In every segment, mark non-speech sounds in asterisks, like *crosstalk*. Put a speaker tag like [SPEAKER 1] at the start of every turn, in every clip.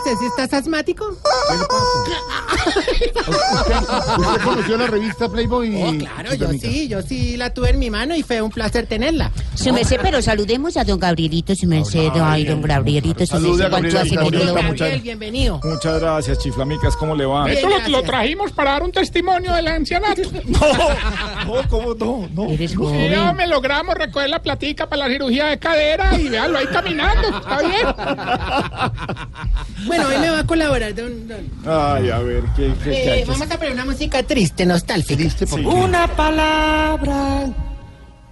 [SPEAKER 1] usted si estás asmático?
[SPEAKER 2] ¿Usted conoció la revista Playboy?
[SPEAKER 1] Oh, claro, yo sí, yo sí la tuve en mi mano y fue un placer tenerla.
[SPEAKER 3] Su merced, pero saludemos a don Gabrielito, su merced, ay, don Gabrielito, su
[SPEAKER 4] Salude
[SPEAKER 3] merced,
[SPEAKER 4] a
[SPEAKER 3] cuánto hace
[SPEAKER 4] Gabrielito,
[SPEAKER 3] que no lo
[SPEAKER 4] Gabrielito,
[SPEAKER 3] veo.
[SPEAKER 1] Gabriel, bienvenido.
[SPEAKER 4] Muchas gracias, chiflamicas, ¿cómo le va?
[SPEAKER 1] Bien,
[SPEAKER 5] Esto lo, lo
[SPEAKER 1] gracias.
[SPEAKER 5] trajimos para dar un testimonio del ancianato.
[SPEAKER 4] No, no, ¿cómo no? No.
[SPEAKER 3] Eres
[SPEAKER 5] Y
[SPEAKER 3] joven.
[SPEAKER 5] ya me logramos recoger la platica para la cirugía de cadera y véalo ahí caminando. Está bien.
[SPEAKER 1] Bueno, hoy me va a colaborar. don- don-
[SPEAKER 4] Ay, a ver, ¿qué, qué, qué
[SPEAKER 1] Eh,
[SPEAKER 4] hay que
[SPEAKER 1] vamos a poner una música triste, nostálgica.
[SPEAKER 4] hacer?
[SPEAKER 6] Una palabra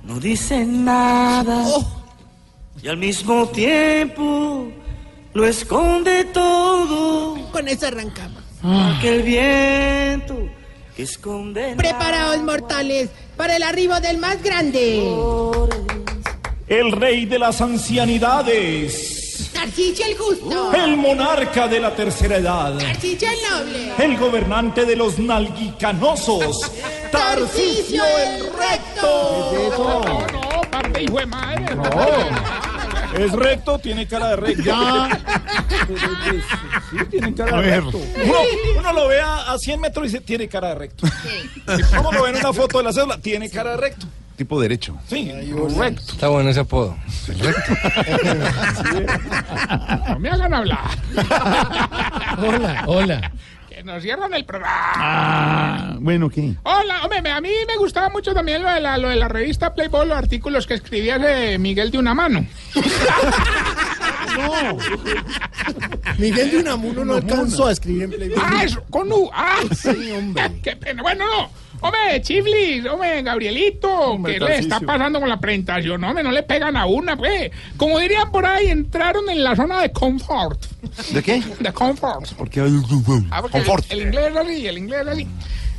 [SPEAKER 6] no dice nada y al mismo tiempo lo esconde todo.
[SPEAKER 1] Uh, Con eso arrancamos.
[SPEAKER 6] Aquel viento que esconde. en
[SPEAKER 1] Preparaos, mortales, para el arribo del más grande.
[SPEAKER 4] El rey de las ancianidades,
[SPEAKER 1] Tarcicio el justo.
[SPEAKER 4] el monarca de la tercera edad,
[SPEAKER 1] Tarcicio el noble.
[SPEAKER 4] el gobernante de los nalguicanosos, Tarcisio el recto.
[SPEAKER 5] No, no, parte hijo de madre.
[SPEAKER 4] Oh, ¿Es recto? Tiene cara de recto. Sí, tiene cara de recto. Uno, uno lo ve a, a 100 metros y dice, tiene cara de recto. Uno lo ve en una foto de la cédula, tiene cara de recto.
[SPEAKER 7] Tipo derecho.
[SPEAKER 4] Sí, recto.
[SPEAKER 8] Está bueno ese apodo.
[SPEAKER 5] No me hagan hablar.
[SPEAKER 8] Hola, hola.
[SPEAKER 5] Que nos cierran el programa.
[SPEAKER 2] Ah, bueno, ¿qué?
[SPEAKER 5] Hola, hombre, me- a mí me gustaba mucho también lo de la, lo de la revista Playboy, los artículos que escribía ese Miguel de una mano.
[SPEAKER 2] Miguel de Unamuno no alcanzó a escribir en Playboy.
[SPEAKER 5] Ah, eso, con U. Ah,
[SPEAKER 2] Sí, hombre.
[SPEAKER 5] *laughs* Qué pena. Bueno, no. Hombre, Chiflis, hombre, Gabrielito, ¿qué le
[SPEAKER 4] Tarcisio.
[SPEAKER 5] está pasando con la presentación? Hombre, no le pegan a una, pues. Como dirían por ahí, entraron en la zona de confort.
[SPEAKER 7] ¿De qué?
[SPEAKER 5] De confort.
[SPEAKER 7] Porque
[SPEAKER 5] Ah, porque
[SPEAKER 7] confort.
[SPEAKER 5] El, el inglés es así, el inglés es así.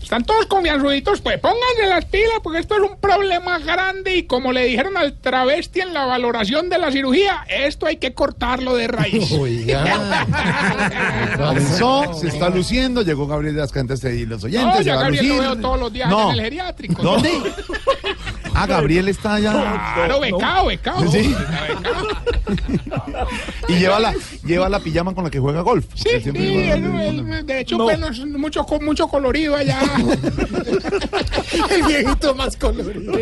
[SPEAKER 5] Están todos confianzuditos, pues pónganse las pilas porque esto es un problema grande y como le dijeron al travesti en la valoración de la cirugía, esto hay que cortarlo de raíz. *laughs*
[SPEAKER 7] Comenzó, se está luciendo, llegó Gabriel de las Cantas y los oyentes.
[SPEAKER 5] No,
[SPEAKER 7] se
[SPEAKER 5] ya
[SPEAKER 7] va a
[SPEAKER 5] Gabriel lo
[SPEAKER 7] lucir.
[SPEAKER 5] veo todos los días en
[SPEAKER 7] No.
[SPEAKER 5] el geriátrico.
[SPEAKER 7] ¿Dónde? Ah, Gabriel está allá
[SPEAKER 5] Claro, becado, becado. *laughs*
[SPEAKER 7] Sí.
[SPEAKER 5] Becado.
[SPEAKER 7] y lleva la, lleva la pijama con la que juega golf.
[SPEAKER 5] Sí,
[SPEAKER 7] Él
[SPEAKER 5] sí,
[SPEAKER 7] siempre juega
[SPEAKER 5] él-
[SPEAKER 7] golf.
[SPEAKER 5] él- de hecho, pues, no es mucho, co- mucho colorido
[SPEAKER 7] *laughs*
[SPEAKER 5] allá.
[SPEAKER 2] El viejito más colorido.
[SPEAKER 5] Sí, sí, sí.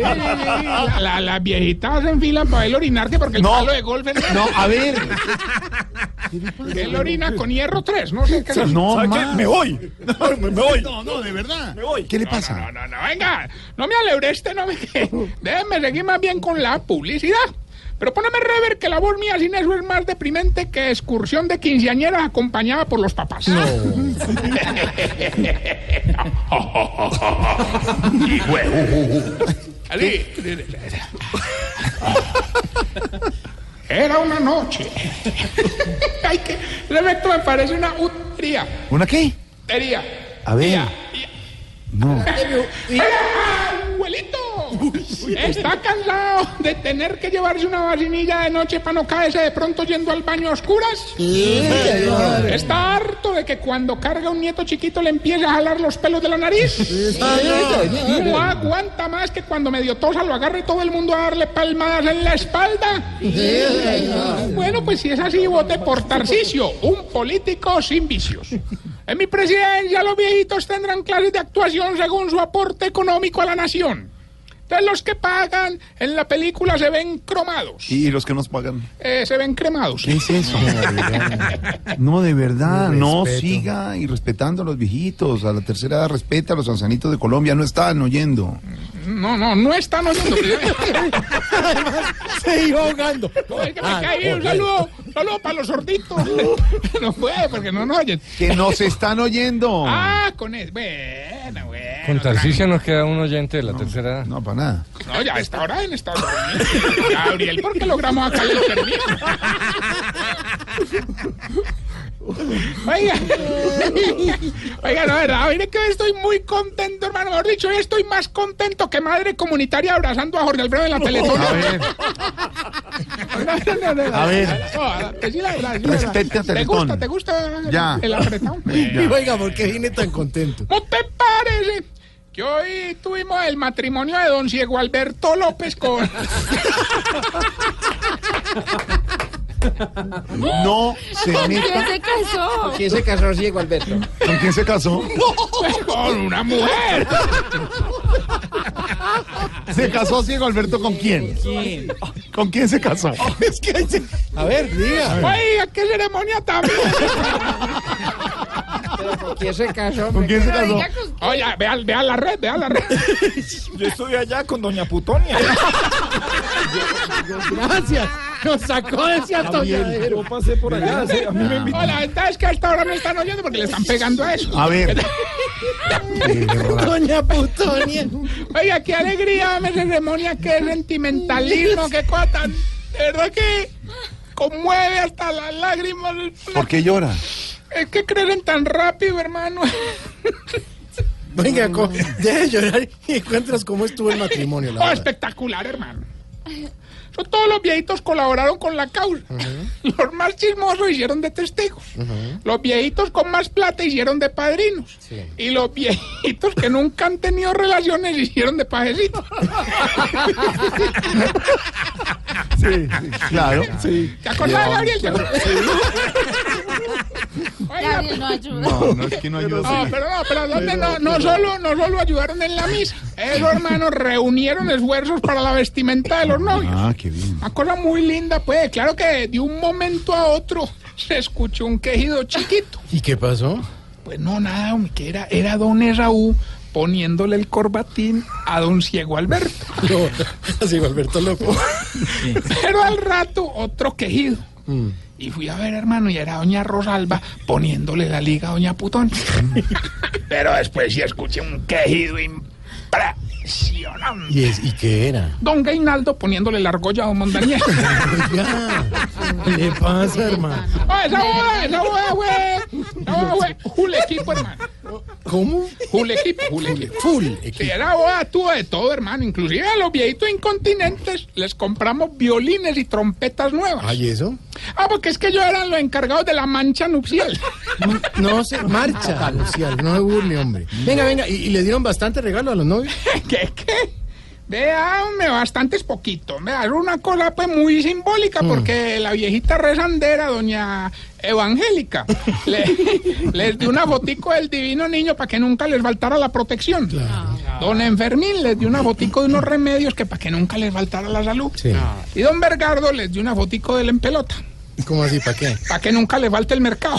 [SPEAKER 5] La- la- Las viejitas se enfilan para él orinarse porque el
[SPEAKER 7] No.
[SPEAKER 5] palo de golf es-
[SPEAKER 7] No, a ver.
[SPEAKER 5] él orina con hierro 3, no sé qué. es eso.
[SPEAKER 7] No,
[SPEAKER 4] ¿Sabe qué?
[SPEAKER 7] más.
[SPEAKER 4] Me voy. No, me, me voy.
[SPEAKER 2] No, no, de verdad.
[SPEAKER 4] Me voy.
[SPEAKER 7] ¿Qué le
[SPEAKER 5] No, no,
[SPEAKER 7] pasa?
[SPEAKER 5] no, no, venga, no me alebre este, no me que. Déjenme seguir más bien con la publicidad. Pero póname rever que la voz mía sin eso es más deprimente que excursión de quinceañeras acompañada por los papás. *laughs* Así. Era una noche. *laughs* Ay, que el efecto me parece una utería.
[SPEAKER 7] ¿Una qué?
[SPEAKER 5] Utería.
[SPEAKER 7] A ver. No.
[SPEAKER 5] ¡Abuelito! Está cansado de tener que llevarse una vacinilla de noche para no caerse de pronto yendo al baño a oscuras. Está harto de que cuando carga un nieto chiquito le empiece a jalar los pelos de la nariz. No aguanta más que cuando medio tosa lo agarre todo el mundo a darle palmadas en la espalda. Bueno, pues si es así, vote por Tarcisio, un político sin vicios. En mi presidencia los viejitos tendrán clases de actuación según su aporte económico a la nación. De los que pagan, en la película se ven cromados,
[SPEAKER 7] ¿Y los que nos pagan?
[SPEAKER 5] eh, se ven cremados.
[SPEAKER 7] ¿Qué es eso? No, de verdad, no siga irrespetando a los viejitos. A la tercera edad respeta a los ancianitos de Colombia. No están oyendo.
[SPEAKER 5] No, no, no están oyendo.
[SPEAKER 2] Se iba ahogando.
[SPEAKER 5] No, es que me cae bien. Un saludo, un saludo para los sorditos. *laughs* No puede, porque no nos oyen.
[SPEAKER 7] Que nos están oyendo.
[SPEAKER 5] Ah, con eso. Bueno, bueno.
[SPEAKER 8] Con Tarcicio nos queda un oyente de la tercera edad.
[SPEAKER 7] No, para nada.
[SPEAKER 5] No, ya está ahora en Estados Unidos. *laughs* Gabriel, ¿por qué logramos acá el permiso? Oiga, *laughs* oiga, no, de verdad, mire que estoy muy contento, hermano. Mejor dicho, hoy estoy más contento que madre comunitaria abrazando a Jorge Alfredo en la Teletón.
[SPEAKER 7] A ver,
[SPEAKER 5] A
[SPEAKER 7] ver. Respete
[SPEAKER 5] Respeta ¿Te
[SPEAKER 7] a
[SPEAKER 5] gusta,
[SPEAKER 7] Teletón.
[SPEAKER 5] te gusta el-
[SPEAKER 7] Ya.
[SPEAKER 5] el apretón?
[SPEAKER 7] ya.
[SPEAKER 2] Oiga, ¿por qué vine tan contento?
[SPEAKER 5] ¿No te parece que hoy tuvimos el matrimonio de don Diego Alberto López con...
[SPEAKER 7] No se
[SPEAKER 9] ¿Quién
[SPEAKER 7] meta.
[SPEAKER 9] se casó?
[SPEAKER 2] ¿Quién se casó ciego, Alberto?
[SPEAKER 7] ¿Con quién se casó?
[SPEAKER 5] Pues con una mujer.
[SPEAKER 7] ¿Se casó ciego Alberto con quién? ¿Con quién se casó?
[SPEAKER 4] Es que ahí se-
[SPEAKER 2] A ver, diga.
[SPEAKER 5] Oiga, qué ceremonia también.
[SPEAKER 2] ¿Pero ¿Con quién se casó?
[SPEAKER 7] ¿Con
[SPEAKER 2] hombre?
[SPEAKER 7] quién se casó?
[SPEAKER 5] Oiga, vea, vea la red, vea la red.
[SPEAKER 4] Yo estuve allá con Doña Putonia.
[SPEAKER 2] Gracias. Nos sacó de ese atolladero.
[SPEAKER 4] Yo pasé por allá. sí, a
[SPEAKER 7] *laughs*
[SPEAKER 4] mí me invitó.
[SPEAKER 5] Hola, la ventaja es que hasta ahora no están oyendo porque le están pegando a eso.
[SPEAKER 7] A ver.
[SPEAKER 2] Doña Putonia.
[SPEAKER 5] Oiga, qué alegría, me ceremonia, qué sentimentalismo, qué cosa tan. De verdad que conmueve hasta las lágrimas.
[SPEAKER 7] ¿Por qué llora?
[SPEAKER 5] Es que crecen tan rápido, hermano.
[SPEAKER 2] Venga, co- deja de llorar y encuentras cómo estuvo el matrimonio, la
[SPEAKER 5] Oh,
[SPEAKER 2] verdad.
[SPEAKER 5] espectacular, hermano. So, todos los viejitos colaboraron con la causa. Los más chismosos hicieron de testigos. Los viejitos con más plata hicieron de padrinos. Y los viejitos que nunca han tenido relaciones hicieron de pajecitos.
[SPEAKER 7] Sí, claro. Sí.
[SPEAKER 5] ¿Te acordás, Gabriel? ¿Te acordás? Oiga,
[SPEAKER 9] Gabriel no ayuda.
[SPEAKER 7] No, no es que no ayuda.
[SPEAKER 5] No, pero no, pero ¿dónde no, no solo, no solo ayudaron en la misa. Esos hermanos reunieron esfuerzos para la vestimenta de los novios.
[SPEAKER 7] Ah, qué bien.
[SPEAKER 5] Una cosa muy linda, pues. Claro que de un momento a otro *laughs* se escuchó un quejido chiquito.
[SPEAKER 2] ¿Y qué pasó?
[SPEAKER 5] Pues no, nada, hombre, que era, era don Esaú poniéndole el corbatín a don Ciego Alberto.
[SPEAKER 2] *laughs* No, así Alberto loco.
[SPEAKER 5] Pero al rato, otro quejido.
[SPEAKER 2] Mm.
[SPEAKER 5] Y fui a ver, hermano, y era doña Rosalba poniéndole la liga a doña
[SPEAKER 2] *laughs*
[SPEAKER 5] Putón. Pero después sí escuché un quejido impresionante.
[SPEAKER 2] ¿Y, es, ¿Y qué era?
[SPEAKER 5] Don Gainaldo poniéndole la argolla a don
[SPEAKER 2] *laughs*
[SPEAKER 5] Montañés.
[SPEAKER 2] Oiga, ¿qué le pasa, hermano?
[SPEAKER 5] Ah, esa boda, esa boda, güey. Esa boda, güey. Full equipo, hermano.
[SPEAKER 2] ¿Cómo?
[SPEAKER 5] Full equipo, full equipo.
[SPEAKER 2] Full.
[SPEAKER 5] Sí,
[SPEAKER 2] equipo.
[SPEAKER 5] esa boda tuvo de todo, hermano. Inclusive a los viejitos incontinentes les compramos violines y trompetas nuevas.
[SPEAKER 2] ¿Ay, eso?
[SPEAKER 5] Ah, porque es que ellos eran los encargados de la mancha nupcial. Ah,
[SPEAKER 2] No se marcha, Lucial, no se burle, hombre. Venga, venga, ¿y, y le dieron bastante regalo a los novios?
[SPEAKER 5] *laughs* ¿Qué, qué? Vea, hombre, bastantes poquito. Vea, es una cosa pues muy simbólica
[SPEAKER 2] Mm.
[SPEAKER 5] porque la viejita rezandera, doña Evangélica,
[SPEAKER 2] *laughs*
[SPEAKER 5] le- les dio una botico del divino niño para que nunca les faltara la protección. Don Enfermín les dio una botico de unos remedios que para que nunca les faltara la salud.
[SPEAKER 2] Sí.
[SPEAKER 5] Y don Bergardo les dio una botico del empelota.
[SPEAKER 2] ¿Cómo así? ¿Para qué?
[SPEAKER 5] Para que nunca le falte
[SPEAKER 2] *laughs*
[SPEAKER 5] el mercado. *laughs*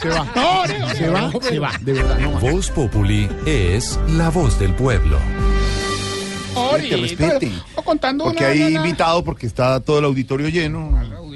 [SPEAKER 7] Se va.
[SPEAKER 5] No, ore, ore,
[SPEAKER 7] Se va. Se va. De verdad, no más.
[SPEAKER 10] Voz Populi es la voz del pueblo.
[SPEAKER 5] ore.
[SPEAKER 7] Que respeten.
[SPEAKER 5] O contando
[SPEAKER 7] Porque
[SPEAKER 5] una-
[SPEAKER 7] hay
[SPEAKER 5] una-
[SPEAKER 7] invitado, porque está todo el auditorio lleno.
[SPEAKER 5] auditorio.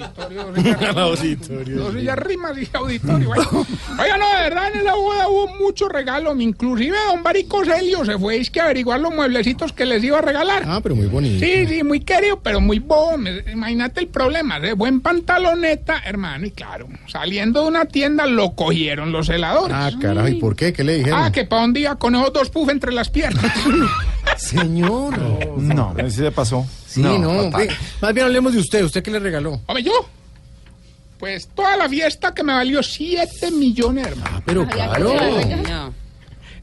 [SPEAKER 5] Dos sillas rimas y auditorio. bueno. Oiga, no, de verdad, en la boda hubo mucho regalo. Inclusive don Barico Celio se fue es que a averiguar los mueblecitos que les iba a regalar.
[SPEAKER 2] Ah, pero muy bonito.
[SPEAKER 5] Sí, sí, muy querido, pero muy bobo. Me- Imagínate el problema. De buen pantaloneta, hermano. Y claro, saliendo de una tienda lo cogieron los heladores.
[SPEAKER 2] Ah, carajo, ¿y por qué? ¿Qué le dijeron?
[SPEAKER 5] Ah, que para un día con esos dos puff entre
[SPEAKER 2] *laughs*
[SPEAKER 5] las piernas.
[SPEAKER 2] Señor.
[SPEAKER 7] No.
[SPEAKER 4] Ahí sí se pasó.
[SPEAKER 2] Sí, no.
[SPEAKER 7] fatal.
[SPEAKER 2] ve- más bien hablemos de usted. ¿Usted qué le regaló?
[SPEAKER 5] Hombre, yo. Pues toda la fiesta que me valió 7 millones, hermano.
[SPEAKER 2] Ah, pero claro.
[SPEAKER 3] No.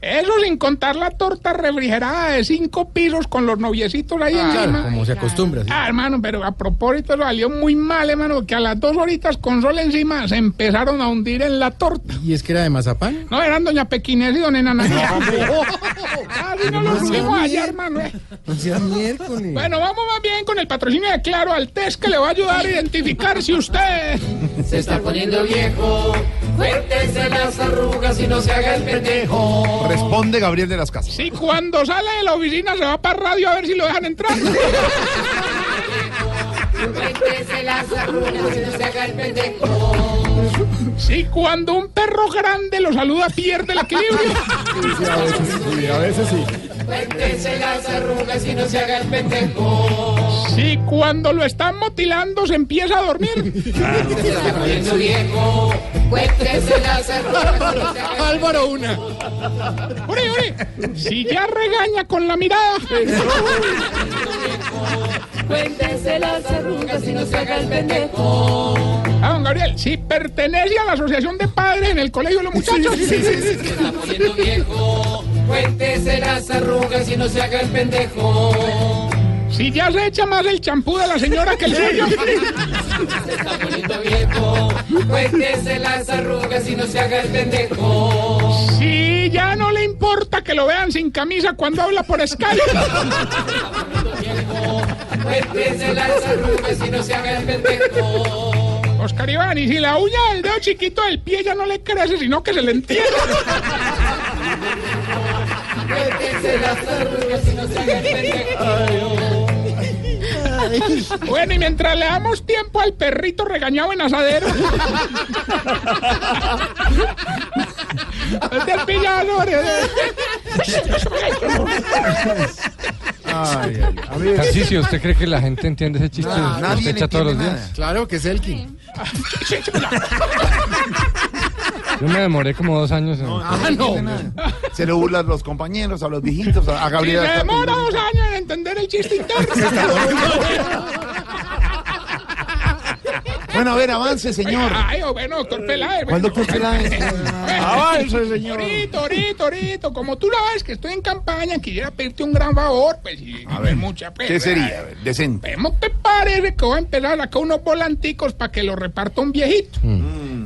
[SPEAKER 5] Eso sin contar la torta refrigerada de cinco pisos con los noviecitos ahí
[SPEAKER 2] Ah, Claro,
[SPEAKER 5] encima.
[SPEAKER 2] como se acostumbra. sí.
[SPEAKER 5] Ah, hermano, pero a propósito eso salió muy mal, hermano, que a las dos horitas con sol encima se empezaron a hundir en la torta.
[SPEAKER 2] ¿Y es que era de mazapán?
[SPEAKER 5] No, eran doña Pequinés y don Enanaya. *laughs* Ah, sí, no los subimos allá, hermano. eh.
[SPEAKER 2] O sea, miércoles.
[SPEAKER 5] Bueno, vamos más bien con el patrocinio de Claro Altes, que le va a ayudar a identificar si usted...
[SPEAKER 11] Se está poniendo viejo. Cuéntese las arrugas y no se haga el pendejo.
[SPEAKER 7] Responde Gabriel de las Casas.
[SPEAKER 5] Si cuando sale de la oficina se va para radio a ver si lo dejan entrar.
[SPEAKER 11] Cuéntese las arrugas y no se haga el pendejo.
[SPEAKER 5] Si cuando un perro grande lo saluda pierde el equilibrio.
[SPEAKER 11] Cuéntese las arrugas y no se haga el pendejo.
[SPEAKER 5] Si cuando lo están motilando se empieza a dormir.
[SPEAKER 11] Se está poniendo viejo. Cuéntese las arrugas y no se haga el
[SPEAKER 2] Álvaro una.
[SPEAKER 5] Ore, ore. Si ya regaña con la mirada.
[SPEAKER 11] Cuéntese las arrugas y no se haga el pendejo.
[SPEAKER 5] Ah, don Gabriel, si pertenece a la asociación de padres en el colegio de los muchachos.
[SPEAKER 11] Se está poniendo viejo. Cuéntese las arrugas y no se haga el pendejo.
[SPEAKER 5] Si ya se echa más el champú de la señora que el suyo.
[SPEAKER 11] Se está poniendo viejo. Cuéntese las arrugas y no se haga el pendejo.
[SPEAKER 5] Si ya no le importa que lo vean sin camisa cuando habla por Skype.
[SPEAKER 11] Cuéntese las arrugas y no se haga el pendejo.
[SPEAKER 5] Oscar Iván, y si la uña del dedo chiquito del pie ya no le crece, sino que se le entierra.
[SPEAKER 11] Cuéntese las arrugas y no se haga el pendejo.
[SPEAKER 5] Bueno, y mientras le damos tiempo al perrito regañado en asadero. Vete al pillado,
[SPEAKER 7] Ay, ay, a ver.
[SPEAKER 8] Tarcicio, ¿usted cree que la gente entiende ese chiste?
[SPEAKER 7] No,
[SPEAKER 8] que
[SPEAKER 7] nadie
[SPEAKER 8] usted
[SPEAKER 7] le
[SPEAKER 8] echa todos los
[SPEAKER 7] entiende
[SPEAKER 8] días.
[SPEAKER 2] Claro que es Elkin.
[SPEAKER 8] Yo me demoré como dos años. en-
[SPEAKER 7] Ah, no. Se lo burlan los compañeros, a los viejitos, a, a
[SPEAKER 5] Y se
[SPEAKER 7] Gabriela.
[SPEAKER 5] demora dos años en entender el chiste interno.
[SPEAKER 7] *laughs* Bueno, a ver, avance, señor.
[SPEAKER 5] Ay, oh, bueno, doctor Peláez.
[SPEAKER 7] ¿Cuál
[SPEAKER 5] bueno.
[SPEAKER 7] doctor Peláez?
[SPEAKER 4] Avance, señor.
[SPEAKER 5] Torito, Torito, Torito, como tú lo ves que estoy en campaña, quisiera pedirte un gran favor, pues, y, y mucha pues,
[SPEAKER 7] ¿Qué sería? A
[SPEAKER 5] ¿verdad?
[SPEAKER 7] ver, decente.
[SPEAKER 5] ¿Cómo te parece que voy a empezar acá unos volanticos para que los reparta un viejito?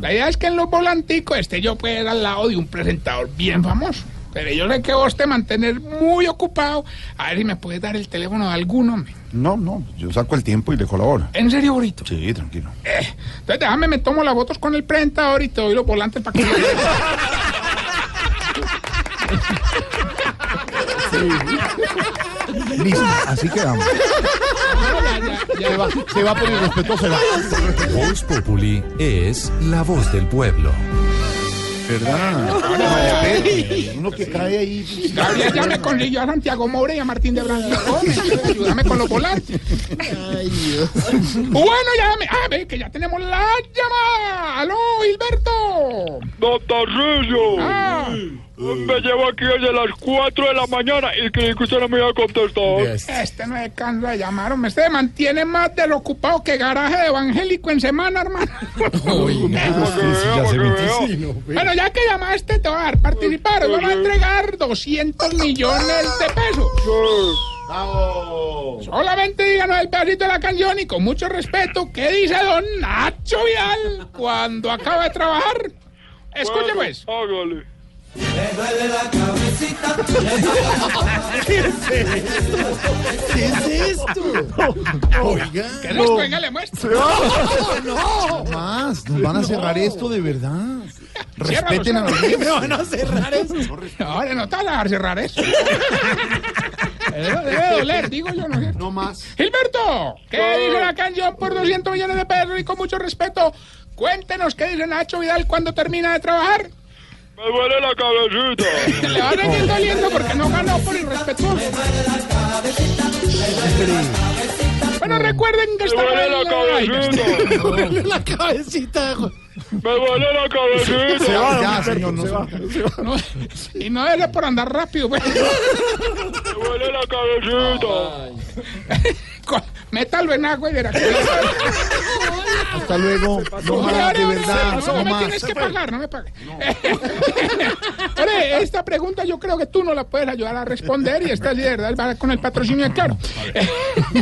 [SPEAKER 5] La idea es que en los volanticos esté yo pues al lado de un presentador bien famoso. Pero yo sé que vos te mantener muy ocupado. A ver si me puedes dar el teléfono de alguno, hombre.
[SPEAKER 7] No, no, yo saco el tiempo y le colaboro.
[SPEAKER 5] ¿En serio, Borito?
[SPEAKER 7] Sí, tranquilo.
[SPEAKER 5] Entonces déjame, me tomo las fotos con el presentador y te doy los volantes para que... *laughs*
[SPEAKER 7] Listo, así quedamos.
[SPEAKER 2] Se va, se va por el respeto, se va.
[SPEAKER 10] Voz Populi es la voz del pueblo.
[SPEAKER 7] ¿Verdad? Respeto. Uno que cae ahí.
[SPEAKER 5] Gabriel ya me consiguió a Santiago Moura y a Martín de Brasil. Ayúdame con los volantes. Bueno, ya me. A ver, que ya tenemos la llamada. ¡Aló, Gilberto!
[SPEAKER 9] Tarcillo,
[SPEAKER 5] Ah,
[SPEAKER 9] me llevo aquí desde las 4 de la mañana y creí que usted no me iba a contestar.
[SPEAKER 5] este no se cansa de llamar, hombre. Este mantiene más del ocupado que garaje de evangélico en semana, hermano.
[SPEAKER 9] Para que vea, para que vea.
[SPEAKER 5] bueno, ya que llamaste, te voy a dar participar. Voy a entregar 200 millones de pesos. Solamente díganos el pedacito de la canción y con mucho respeto, ¿qué dice don Nacho Vidal cuando acaba de trabajar? Escuche pues.
[SPEAKER 9] Hágale.
[SPEAKER 2] ¿Qué es esto? Oiga.
[SPEAKER 5] ¿Qué es esto? Venga, le *laughs* muestro.
[SPEAKER 7] Más, nos van a cerrar esto de verdad. Respeten
[SPEAKER 5] Ciérralo,
[SPEAKER 7] a los
[SPEAKER 5] ciérralo.
[SPEAKER 7] viejos.
[SPEAKER 2] van a cerrar esto.
[SPEAKER 5] Ahora no te van a dejar cerrar eso. Eso debe doler, digo yo, ¿no es cierto?
[SPEAKER 2] No más.
[SPEAKER 5] Gilberto, ¿qué dice la canción por 200 millones de pesos y con mucho respeto? Cuéntenos qué dice Nacho Vidal cuando termina de trabajar.
[SPEAKER 9] Me duele la cabecita.
[SPEAKER 5] *laughs* Le va a seguir doliendo porque no ganó por irrespetuoso. Bueno, recuerden que
[SPEAKER 9] Me
[SPEAKER 5] está
[SPEAKER 9] duele
[SPEAKER 2] Ponle la
[SPEAKER 9] la cabecita.
[SPEAKER 2] cabecita. jo-
[SPEAKER 9] Me duele la cabecita.
[SPEAKER 7] Ya, señor, no se
[SPEAKER 5] *laughs* No, y no era por andar rápido, pues.
[SPEAKER 9] Me duele la cabecita.
[SPEAKER 5] *laughs* Con- Meta al venaco y verá que-
[SPEAKER 7] Hasta luego. No más, de verdad,
[SPEAKER 5] No, no
[SPEAKER 7] somos
[SPEAKER 5] me
[SPEAKER 7] más.
[SPEAKER 5] tienes que pagar, no me pagues. *laughs* Oye, esta pregunta yo creo que tú no la puedes ayudar a responder y esta sí de verdad va con el patrocinio de Claro. *laughs*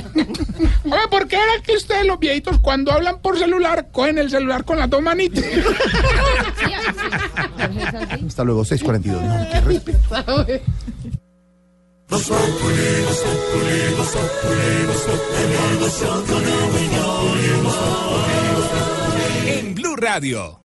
[SPEAKER 5] Oye, ¿por qué era que ustedes los viejitos cuando hablan por celular cogen el celular con las dos manitas?
[SPEAKER 7] Hasta luego, 642. No, qué respeto.
[SPEAKER 10] En Blue Radio.